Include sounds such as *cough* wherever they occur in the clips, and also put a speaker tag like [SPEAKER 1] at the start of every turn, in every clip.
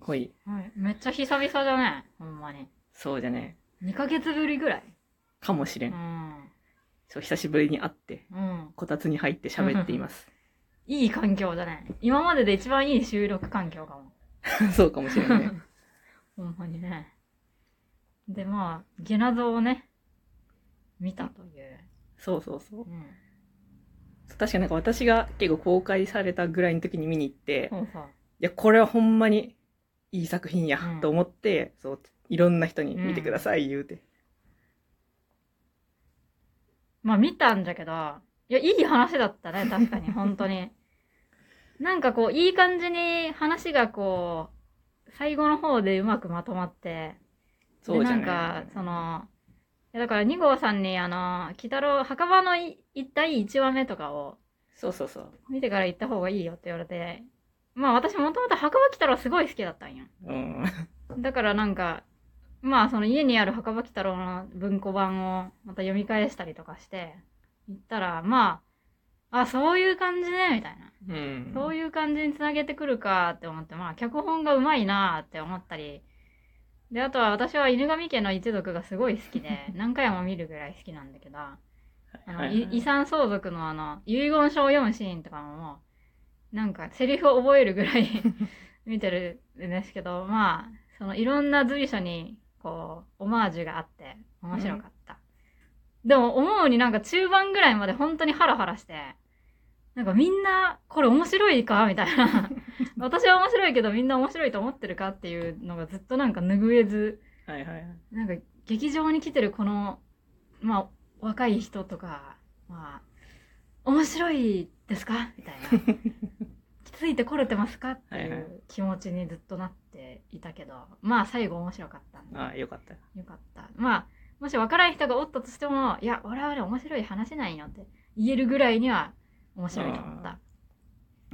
[SPEAKER 1] こいい。
[SPEAKER 2] はい。めっちゃ久々じゃねほんまに。
[SPEAKER 1] そうじゃね。
[SPEAKER 2] 2ヶ月ぶりぐらい。
[SPEAKER 1] かもしれ。
[SPEAKER 2] うんん。
[SPEAKER 1] そう、久しぶりに会って、
[SPEAKER 2] うん。
[SPEAKER 1] こたつに入って喋っています。
[SPEAKER 2] いい環境だね。今までで一番いい収録環境かも。
[SPEAKER 1] *laughs* そうかもしれんね。
[SPEAKER 2] ほんまにね。で、まあ、ゲナゾをね、見たという。
[SPEAKER 1] そうそうそう
[SPEAKER 2] う。ん。
[SPEAKER 1] 確かなんか私が結構公開されたぐらいの時に見に行って、い
[SPEAKER 2] そうそう。
[SPEAKER 1] や、これはほんまにいい作品や
[SPEAKER 2] うん、
[SPEAKER 1] と思って、そう、いろんな人に見てください、言うて。
[SPEAKER 2] まあ見たんだけど、いや、いい話だったね、確 *laughs* かに、本当に。なんかこう、いい感じに話がこう、最後の方でうまくまとまって、
[SPEAKER 1] そうじゃね
[SPEAKER 2] で、なんか、その、いやだから2号さんに、あの、鬼太郎、墓場のい一体1話目とかを
[SPEAKER 1] そうそうそう。
[SPEAKER 2] 見てから行った方がいいよって言われて、まあ私もともと墓場鬼太郎すごい好きだったんよ。
[SPEAKER 1] うん。
[SPEAKER 2] だからなんか、まあその家にある墓場鬼太郎の文庫版をまた読み返したりとかして、行ったら、まあ、あ、そういう感じね、みたいな。
[SPEAKER 1] うん。
[SPEAKER 2] そういう感じにつなげてくるかって思って、まあ脚本がうまいなって思ったり、で、あとは私は犬神家の一族がすごい好きで、
[SPEAKER 1] *laughs*
[SPEAKER 2] 何回も見るぐらい好きなんだけど、あの、
[SPEAKER 1] はいはい
[SPEAKER 2] い遺産相続のあの、遺言書を読むシーンとかももう、なんかセリフを覚えるぐらい *laughs* 見てるんですけど、まあ、そのいろんな随所に、こう、オマージュがあって、面白かった。でも思うになんか中盤ぐらいまで本当にハラハラして、なんかみんな、これ面白いかみたいな。私は面白いけどみんな面白いと思ってるかっていうのがずっとなんか拭えず、
[SPEAKER 1] はいはいはい。
[SPEAKER 2] なんか劇場に来てるこの、まあ、若い人とか、まあ、面白いですかみたい
[SPEAKER 1] *laughs*
[SPEAKER 2] な。ついてこれてますかってい
[SPEAKER 1] はいはいう
[SPEAKER 2] 気持ちにずっとなっていたけど、まあ最後面白かったんで。
[SPEAKER 1] ああ、よかったよ。
[SPEAKER 2] よかった。まあ、もし分からん人がおったとしても、いや、我々面白い話なんよって言えるぐらいには面白いと思った。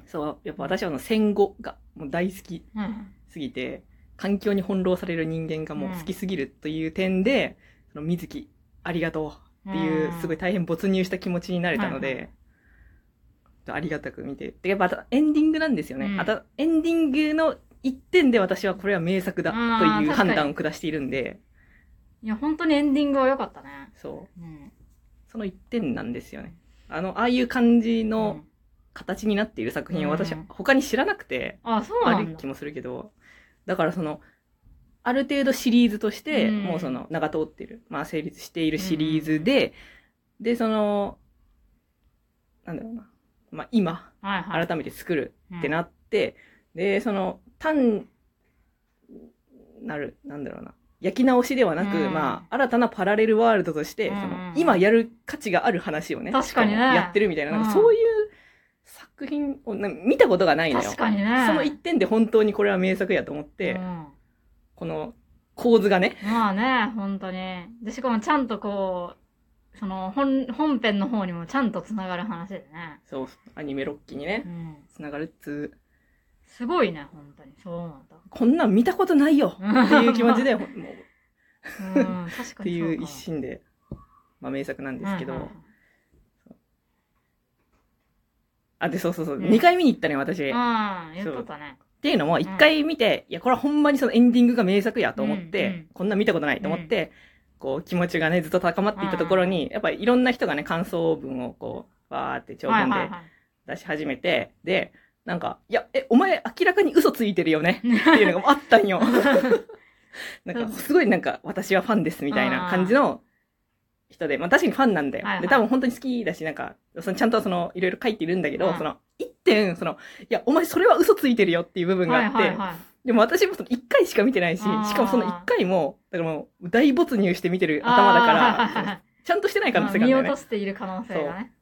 [SPEAKER 1] そう、やっぱ私はあの戦後がもう大好き
[SPEAKER 2] うん。
[SPEAKER 1] すぎて、環境に翻弄される人間がもう好きすぎるという点で、その水木、ありがとうっていう、すごい大変没入した気持ちになれたの
[SPEAKER 2] はいは
[SPEAKER 1] で、ありがたく見て。で、やっぱあとエンディングなんですよね。
[SPEAKER 2] うん
[SPEAKER 1] あと、エンディングの一点で私はこれは名作だと
[SPEAKER 2] あ
[SPEAKER 1] い
[SPEAKER 2] ー
[SPEAKER 1] う判
[SPEAKER 2] 確か
[SPEAKER 1] 断
[SPEAKER 2] に
[SPEAKER 1] を下しているんで、
[SPEAKER 2] いや、本当にエンディングは良かったね。
[SPEAKER 1] そう、
[SPEAKER 2] うん。
[SPEAKER 1] その一点なんですよね。あの、ああいう感じ
[SPEAKER 2] う
[SPEAKER 1] の
[SPEAKER 2] ん
[SPEAKER 1] 形になっている作品を私は
[SPEAKER 2] うん
[SPEAKER 1] 他に知らなくて、
[SPEAKER 2] あ、そうな
[SPEAKER 1] あ
[SPEAKER 2] ん
[SPEAKER 1] る
[SPEAKER 2] だ
[SPEAKER 1] 気。もするけど、だからその、ある程度シリーズとして、
[SPEAKER 2] うん
[SPEAKER 1] もうその、長通ってる、まあ成立しているシリーズで、で、その、なんだろうな、まあ今、
[SPEAKER 2] はいはい。
[SPEAKER 1] 改めて作る
[SPEAKER 2] っ
[SPEAKER 1] ってな
[SPEAKER 2] っ
[SPEAKER 1] って、で、その、単なる、なんだろうな、焼き直しではなく、
[SPEAKER 2] うん
[SPEAKER 1] まあ、新たなパラレルワールドとして、
[SPEAKER 2] うん
[SPEAKER 1] その、今やる価値がある話をね、
[SPEAKER 2] 確かにね
[SPEAKER 1] しもやってるみたいな、なん
[SPEAKER 2] うん
[SPEAKER 1] かそういう作品を、な見たことがないのよ。
[SPEAKER 2] 確かにね。
[SPEAKER 1] その一点で本当にこれは名作やと思って、
[SPEAKER 2] うん
[SPEAKER 1] この構図がね、
[SPEAKER 2] まあね、本当に。で、しかもちゃんとこう、その本、本編の方にもちゃんと繋がる話でね。
[SPEAKER 1] そう、アニメロッキに
[SPEAKER 2] う
[SPEAKER 1] ね、
[SPEAKER 2] ん。
[SPEAKER 1] つながるっつう、
[SPEAKER 2] すごいね、本当に。そう思うと。
[SPEAKER 1] こんなん見たことないよっていう気持
[SPEAKER 2] *laughs*
[SPEAKER 1] ちで、ほんもう
[SPEAKER 2] うん、確
[SPEAKER 1] っ
[SPEAKER 2] か
[SPEAKER 1] て
[SPEAKER 2] に
[SPEAKER 1] いう一
[SPEAKER 2] そう
[SPEAKER 1] 心で、まあ名作なん
[SPEAKER 2] かも
[SPEAKER 1] ですけ
[SPEAKER 2] はい
[SPEAKER 1] ど
[SPEAKER 2] はいはい、
[SPEAKER 1] あ、で、そうそうそう、
[SPEAKER 2] うん
[SPEAKER 1] 2回見に行ったね、私。っ
[SPEAKER 2] うん、言っとったね。
[SPEAKER 1] ていうのも、1回見て、いや、これはほんまにそのエンディングが名作やと思っ
[SPEAKER 2] うんうん
[SPEAKER 1] て、こんなん見たことないと思って、こう気持ちがね、ずっと高まっていったところに、やっぱりいろんな人がね、感想文をこう、わーって長文で出し始めて、で、なんか、いや、え、お前明らかに嘘ついてるよね *laughs*
[SPEAKER 2] い
[SPEAKER 1] っていうのがあった
[SPEAKER 2] *laughs*
[SPEAKER 1] んよ。
[SPEAKER 2] はい。
[SPEAKER 1] なんか、すごいなんか、私はファンですみたいな感じの人で、まあ確かにファンなんだよ。
[SPEAKER 2] はいはい
[SPEAKER 1] で、多分本当に好きだし、なんか、そのちゃんとその、いろいろ書いてるんだけど、
[SPEAKER 2] うん
[SPEAKER 1] その、一点、その、いや、お前それは嘘ついてるよっていう部分があって、
[SPEAKER 2] はいはい
[SPEAKER 1] でも私もその一回しか見てないし、し
[SPEAKER 2] あー
[SPEAKER 1] かもその一回も、だからもう、大没入して見てる頭だから、ちゃんとしてない可能性があ
[SPEAKER 2] 見
[SPEAKER 1] るん
[SPEAKER 2] 落
[SPEAKER 1] だよね。
[SPEAKER 2] としている可能性がね。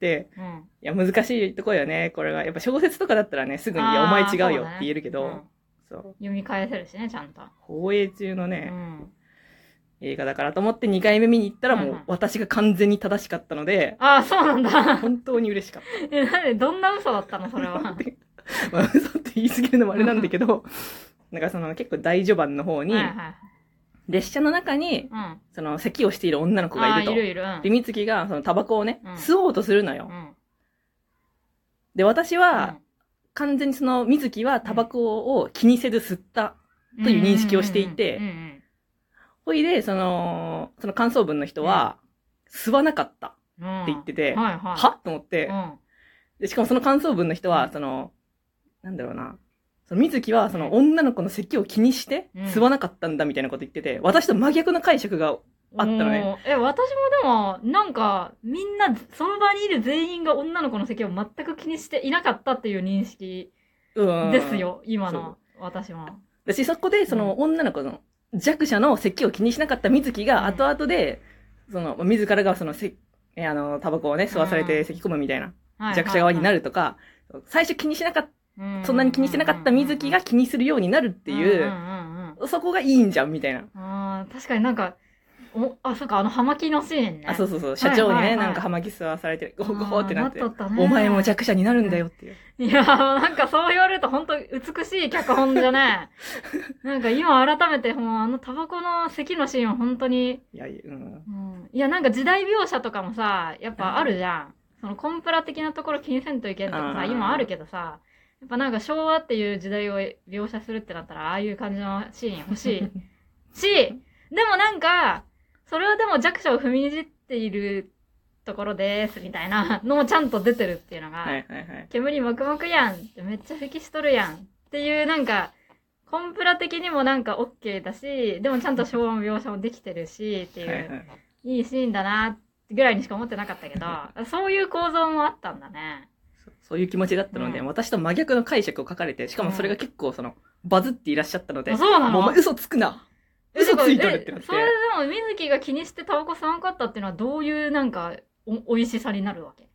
[SPEAKER 1] で、
[SPEAKER 2] うん。
[SPEAKER 1] いや、難しいところよね、これは。やっぱ小説とかだったらね、すぐに、いや、お前
[SPEAKER 2] あー
[SPEAKER 1] 違うよ
[SPEAKER 2] そ
[SPEAKER 1] っ
[SPEAKER 2] だね
[SPEAKER 1] て言えるけ
[SPEAKER 2] う
[SPEAKER 1] ど
[SPEAKER 2] ん、
[SPEAKER 1] そう。
[SPEAKER 2] 読み返せるしね、ちゃんと。
[SPEAKER 1] 放映中の
[SPEAKER 2] う
[SPEAKER 1] ね、
[SPEAKER 2] ん。
[SPEAKER 1] 映画だからと思って2回目見に行ったらも
[SPEAKER 2] うんう
[SPEAKER 1] うん私が完全に正しかったので、
[SPEAKER 2] ああ、そうなんだ。 *laughs*
[SPEAKER 1] 本当に嬉しかっ
[SPEAKER 2] え、なんで、どんな嘘だったの、それ
[SPEAKER 1] *laughs*
[SPEAKER 2] は。はい
[SPEAKER 1] た。まあ、嘘って言い過ぎるのもあれなんだけど、なんかその結構大序盤の方に、
[SPEAKER 2] はい。
[SPEAKER 1] 列車の中に
[SPEAKER 2] うん。あ
[SPEAKER 1] その咳をしている女の子が
[SPEAKER 2] あ
[SPEAKER 1] いる
[SPEAKER 2] ー、
[SPEAKER 1] と。
[SPEAKER 2] いるいる。うん
[SPEAKER 1] で、みつきがそのタバコをね、
[SPEAKER 2] うん
[SPEAKER 1] 吸おうとするのよ。
[SPEAKER 2] うん。
[SPEAKER 1] で、私は、完全にその水木はタバコを気にせず吸った。という認識をしていて
[SPEAKER 2] うんうんうん
[SPEAKER 1] ほいで、その、その感想文の人は、吸わなかったっ
[SPEAKER 2] うん
[SPEAKER 1] て言ってて、
[SPEAKER 2] はいはい。
[SPEAKER 1] はと思って
[SPEAKER 2] う、ん
[SPEAKER 1] で、しかもその感想文の人
[SPEAKER 2] う
[SPEAKER 1] は
[SPEAKER 2] ん、
[SPEAKER 1] その、なんだろうな、その水木は、その
[SPEAKER 2] う
[SPEAKER 1] 女の子の咳を気にして、
[SPEAKER 2] うん
[SPEAKER 1] 吸わなかったんだみたいなこと言ってて、私と真逆の解釈が、あったのね
[SPEAKER 2] おーえ、私もでも、なんか、みんな、その場にいる全員が女の子の席を全く気にしていなかったっていう認識
[SPEAKER 1] うん。
[SPEAKER 2] です。よ、今
[SPEAKER 1] そ
[SPEAKER 2] の、私も。
[SPEAKER 1] 私そこで、その女の子の弱者の咳を気にしなかった水木
[SPEAKER 2] うん
[SPEAKER 1] が、後々で、その、自らがそのせ、えあの、タバコをね、吸わされ
[SPEAKER 2] う
[SPEAKER 1] て
[SPEAKER 2] ん
[SPEAKER 1] 咳込むみたいな、
[SPEAKER 2] はい
[SPEAKER 1] 弱者側にな
[SPEAKER 2] る。
[SPEAKER 1] るとか、最初気にしなかっ
[SPEAKER 2] はいはい
[SPEAKER 1] た、そんなに気にしてなかった水木が気にするようになるっていう、
[SPEAKER 2] うんんうんうん
[SPEAKER 1] そこがいいんじゃん、みたいな。
[SPEAKER 2] あー確かになんか、おあ、そっか、あの、葉巻のシーンね。
[SPEAKER 1] あ、そううそうそう。社長に
[SPEAKER 2] はいはい
[SPEAKER 1] ね、
[SPEAKER 2] はい
[SPEAKER 1] なんか葉巻吸わされて、ゴホゴホってなって
[SPEAKER 2] っ。たね
[SPEAKER 1] お前も弱者になるんだよっていう。
[SPEAKER 2] いやー、なんかそう言われると本当美しい脚本じ
[SPEAKER 1] *laughs*
[SPEAKER 2] ゃねえ。なんか今改めて、もうあのタバコの咳のシーンは本当に、
[SPEAKER 1] いや、うん。
[SPEAKER 2] うん、いやなんか時代描写とかもさ、やっぱあるじゃん。そのコンプラ的なところ気にせんといけんとか
[SPEAKER 1] あ
[SPEAKER 2] さ、
[SPEAKER 1] ー
[SPEAKER 2] 今あるけどさ、やっぱなんか昭和っていう時代を描写するってなったら、ああいう感じのシーン欲し
[SPEAKER 1] *laughs*
[SPEAKER 2] い。し、でもなんか、それはでも弱者を踏みにじっているところです、みたいなのもちゃんと出てるっていうのが、
[SPEAKER 1] はいはいはい。
[SPEAKER 2] 煙もくもくやんってめっちゃ咳しとるやんっていうなんかコンプラ的にもなんか OK だしでもちゃんと昭和の描写もできてるしってい
[SPEAKER 1] はいは
[SPEAKER 2] う
[SPEAKER 1] い
[SPEAKER 2] いいシーンだなぐらいにしか思ってなかったけどそういう構造もあったんだね。
[SPEAKER 1] そうそういう気持ちだったので、
[SPEAKER 2] うん
[SPEAKER 1] 私と真逆の解釈を書かれて、しかもそれが結構その、バズっていらっしゃったので、
[SPEAKER 2] あ
[SPEAKER 1] も
[SPEAKER 2] そうな
[SPEAKER 1] うお
[SPEAKER 2] の
[SPEAKER 1] 前嘘つくな嘘ついとるってなっ
[SPEAKER 2] え
[SPEAKER 1] て
[SPEAKER 2] そ。れでも水木が気にしてタバコ吸わんかったっていうのはどういうなんかお美味しさになるわけ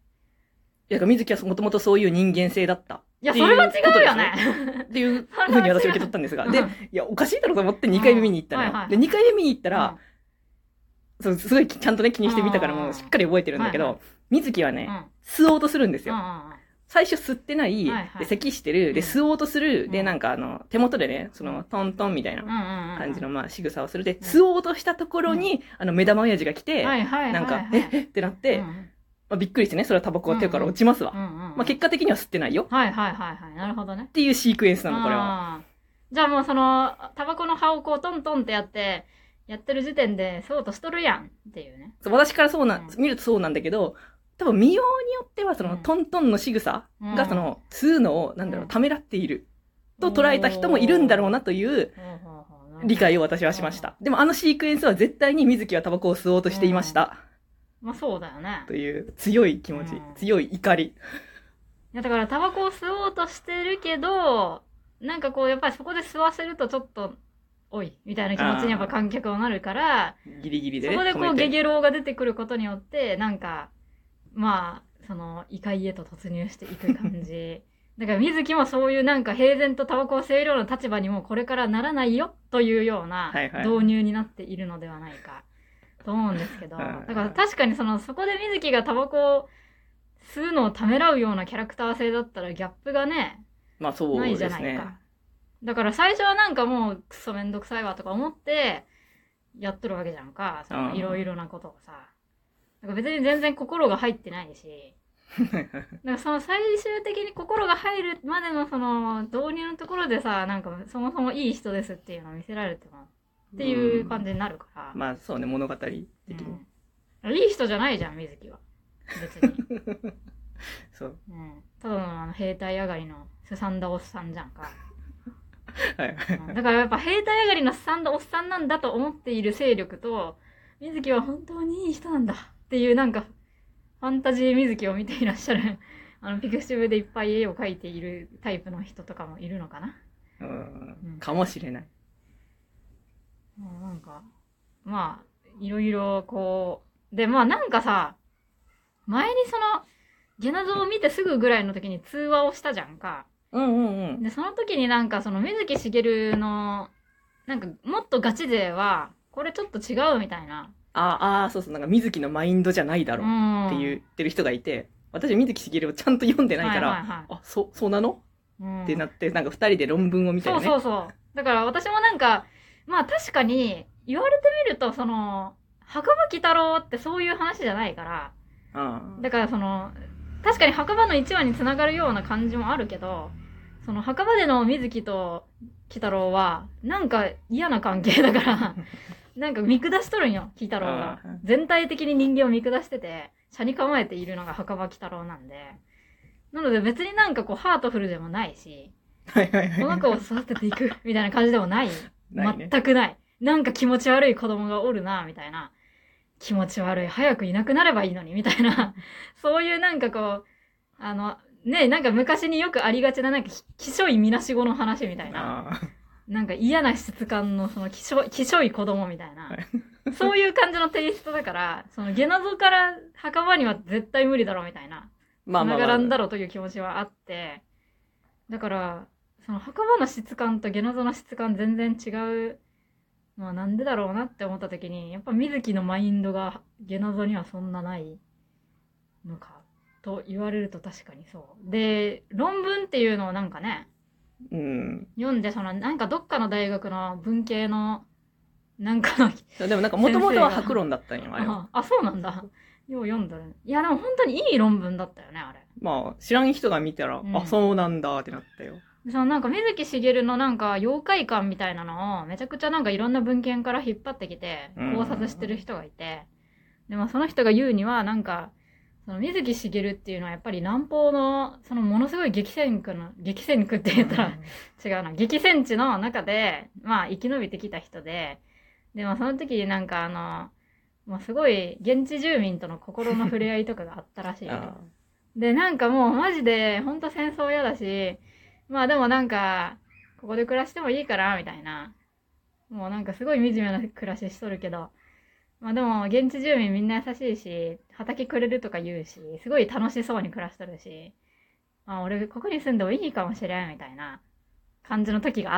[SPEAKER 1] いや、水木はもともとそういう人間性だった。
[SPEAKER 2] いやそれは違うよね。
[SPEAKER 1] っていうふうに私は受け取ったんですが。で、いや、おかしいだろうと思って2回目見に行ったの
[SPEAKER 2] うんはいは
[SPEAKER 1] よ。
[SPEAKER 2] い
[SPEAKER 1] で、2回目見に行った
[SPEAKER 2] だ
[SPEAKER 1] ら、そうすごいちゃんとね、気にしてみたから
[SPEAKER 2] うん
[SPEAKER 1] もうしっかり覚えてるんだけ
[SPEAKER 2] はいは
[SPEAKER 1] ど、水木は
[SPEAKER 2] うんうん
[SPEAKER 1] ね、吸おうとするんです
[SPEAKER 2] うんう
[SPEAKER 1] よ。
[SPEAKER 2] ん
[SPEAKER 1] 最初吸ってない、
[SPEAKER 2] はいはい
[SPEAKER 1] で咳してる、で
[SPEAKER 2] うん
[SPEAKER 1] 吸おうとする、
[SPEAKER 2] う
[SPEAKER 1] で
[SPEAKER 2] ん
[SPEAKER 1] なんかあの手元でねそのトントンみたいな
[SPEAKER 2] うんうん
[SPEAKER 1] 感じの
[SPEAKER 2] は
[SPEAKER 1] まあ仕草をするで、
[SPEAKER 2] ん
[SPEAKER 1] 吸おうとしたところに、あの目玉親父が来て、
[SPEAKER 2] いはいはいはい
[SPEAKER 1] なんか、ええってなっ
[SPEAKER 2] う
[SPEAKER 1] て、
[SPEAKER 2] んう
[SPEAKER 1] ま
[SPEAKER 2] ん
[SPEAKER 1] あ、びっくりしてねそれはタバコが手から落ちますわ、
[SPEAKER 2] うんうんうん
[SPEAKER 1] まあ、結果的には吸ってないよっ
[SPEAKER 2] はいはいはいはい。なるほどね。
[SPEAKER 1] ていうシークエンスなのこれは
[SPEAKER 2] あーじゃあもうその、タバコの葉をこうトントンってやって、やってる時点で、そうとしとるやんっていうね。
[SPEAKER 1] そう私からそうな、
[SPEAKER 2] うん
[SPEAKER 1] 見るとそうなんだけど多分見ようによってはその、
[SPEAKER 2] うん
[SPEAKER 1] トントンの仕草
[SPEAKER 2] う
[SPEAKER 1] が
[SPEAKER 2] ん
[SPEAKER 1] その、吸うのをなんだろう
[SPEAKER 2] う
[SPEAKER 1] んためらっていると捉えた人もいるんだろうなという
[SPEAKER 2] ほうほうほうなるほど
[SPEAKER 1] 理解を私はしました。でもあのシークエンスは絶対に水木はタバコを吸おうとしていました。
[SPEAKER 2] まあそうだよね。
[SPEAKER 1] という強い気持ち、
[SPEAKER 2] うん
[SPEAKER 1] 強い怒り。
[SPEAKER 2] いやだからタバコを吸おうとしてるけど、なんかこうやっぱりそこで吸わせるとちょっと、おい、みたいな気持ちにやっぱ観客はなるから、
[SPEAKER 1] ギリギリで
[SPEAKER 2] そ
[SPEAKER 1] ね。
[SPEAKER 2] こでこ
[SPEAKER 1] 止
[SPEAKER 2] う
[SPEAKER 1] め
[SPEAKER 2] ゲ
[SPEAKER 1] て
[SPEAKER 2] ゲロウが出てくることによってなんかまあその異界へと突入していく感
[SPEAKER 1] *laughs*
[SPEAKER 2] じだから水木もそういうなんか平然とタバコを吸えるような立場にもこれからならないよというような
[SPEAKER 1] はいはい
[SPEAKER 2] 導入になっているのではないかと思うんです
[SPEAKER 1] *laughs*
[SPEAKER 2] けど、
[SPEAKER 1] はいはい
[SPEAKER 2] だから確かにそのそこで水木がタバコを吸うのをためらうようなキャラクター性だったらギャップがね
[SPEAKER 1] まあそう
[SPEAKER 2] ないじゃ
[SPEAKER 1] で
[SPEAKER 2] な
[SPEAKER 1] す
[SPEAKER 2] い
[SPEAKER 1] ね
[SPEAKER 2] か。。だから最初はなんかもうクソめんどくさいわとか思ってやっとるわけじゃんか。その
[SPEAKER 1] うん
[SPEAKER 2] いろいろなことをさ。だから別に全然心が入ってな
[SPEAKER 1] *laughs*
[SPEAKER 2] いし。だからその最終的に心が入るまでのその導入のところでさ、なんかそもそもいい人ですっていうのを見せられてもっていう感じになるから。
[SPEAKER 1] まあそうね、物語的に。
[SPEAKER 2] うんいい人じゃないじゃん、水木は。
[SPEAKER 1] *laughs*
[SPEAKER 2] 別に。
[SPEAKER 1] そう。
[SPEAKER 2] うん、ただのあの兵隊上がりのすさんだおっさんじゃんか。
[SPEAKER 1] はい。
[SPEAKER 2] うん *laughs* だからやっぱ兵隊上がりのすさんだおっさんなんだと思っている勢力と、水木は本当にいい人なんだっていうなんか、ファンタジー水木を見ていらっしゃる、 *laughs* あの、ピクシブでいっぱい絵を描いているタイプの人とかもいるのかな。
[SPEAKER 1] うん
[SPEAKER 2] うん
[SPEAKER 1] かもしれない。
[SPEAKER 2] もうなんか、まあ、いろいろこう、で、まあなんかさ、前にその、ゲナゾを見てすぐぐらいの時に通話をしたじゃんか。
[SPEAKER 1] うんうんうん。
[SPEAKER 2] で、その時になんかその水木しげるの、なんかもっとガチ勢は、これちょっと違うみたいな。
[SPEAKER 1] ああ、そうそう、なんか水木のマインドじゃないだろうって言
[SPEAKER 2] う
[SPEAKER 1] ってる人がいて、私水木しげるをちゃんと読んで
[SPEAKER 2] ん
[SPEAKER 1] ないから、
[SPEAKER 2] はいはいはい
[SPEAKER 1] あ、そう、そうなの
[SPEAKER 2] うん
[SPEAKER 1] ってなって、なんか二人で論文を見た
[SPEAKER 2] そ
[SPEAKER 1] よ
[SPEAKER 2] う
[SPEAKER 1] ね。
[SPEAKER 2] そうそう。だから私もなんか、まあ確かに言われてみると、その、白馬鬼太郎ってそういう話じゃないから、
[SPEAKER 1] うん
[SPEAKER 2] だからその、確かに白馬の一話につながるような感じもあるけど、その墓場での水木と鬼太郎は、なんか嫌な関係だから、なんか見下しとるんよ、鬼太郎が
[SPEAKER 1] あー。
[SPEAKER 2] 全体的に人間を見下してて、車に構えているのが墓場鬼太郎なんで。なので別になんかこうハートフルでもない
[SPEAKER 1] *laughs*
[SPEAKER 2] し、
[SPEAKER 1] はいはい
[SPEAKER 2] こ
[SPEAKER 1] は
[SPEAKER 2] の
[SPEAKER 1] い。
[SPEAKER 2] 子を育てていくみたいな感じでもない。
[SPEAKER 1] ないね。
[SPEAKER 2] 全くない。なんか気持ち悪い子供がおるな、みたいな。気持ち悪い。早くいなくなればいいのに、みたいな。 *laughs* そういうなんかこう、あの、ね、なんか昔によくありがちな、なんか、ききしょいみなしごの話みたいな。
[SPEAKER 1] あ
[SPEAKER 2] なんか嫌な質感の、その、きしょ、きしょい子供みたいな
[SPEAKER 1] は。
[SPEAKER 2] *laughs* そういう感じのテイストだから、その、下謎から墓場には絶対無理だろ、みたいな。
[SPEAKER 1] ーまあま
[SPEAKER 2] 繋
[SPEAKER 1] あ
[SPEAKER 2] がらん
[SPEAKER 1] ま
[SPEAKER 2] だ
[SPEAKER 1] あ。
[SPEAKER 2] ろうという気持ちはあって、だから、その墓場の質感と下謎の質感全然違うのはなんでだろうなって思った時に、やっぱ水木のマインドが下謎にはそんなないのかと言われると確かにそう。で、論文っていうのをなんかね、
[SPEAKER 1] うん。
[SPEAKER 2] 読んで、そのなんかどっかの大学の文系のなんかの
[SPEAKER 1] でもなんかもともとは白論だったんよ、あれは。
[SPEAKER 2] ああ、そうなんだ。よう読んだる。いや、でも本当にいい論文だったよね、あれ。
[SPEAKER 1] まあ、知らん人が見たら、
[SPEAKER 2] うん
[SPEAKER 1] あ、そうなんだってなったよ。
[SPEAKER 2] そのなんか水木しげるのなんか妖怪感みたいなのをめちゃくちゃなんかいろんな文献から引っ張ってきて
[SPEAKER 1] うん
[SPEAKER 2] 考察してる人がいて、でもその人が言うにはなんかその水木しげるっていうのはやっぱり南方のそのものすごい激戦区の激戦区って言ったら違うな激戦地の中でまあ生き延びてきた人ででもその時になんかあのもうすごい現地住民との心の触れ合いとかがあったらしいよ
[SPEAKER 1] あ
[SPEAKER 2] で、なんかもうマジで、ほんと戦争嫌だし、まあでもなんか、ここで暮らしてもいいから、みたいな。もうなんかすごい惨めな暮らししとるけど、まあでも現地住民みんな優しいし、畑くれるとか言うし、すごい楽しそうに暮らしとるし、まあ俺ここに住んでもいいかもしれん、みたいな感じの時があっ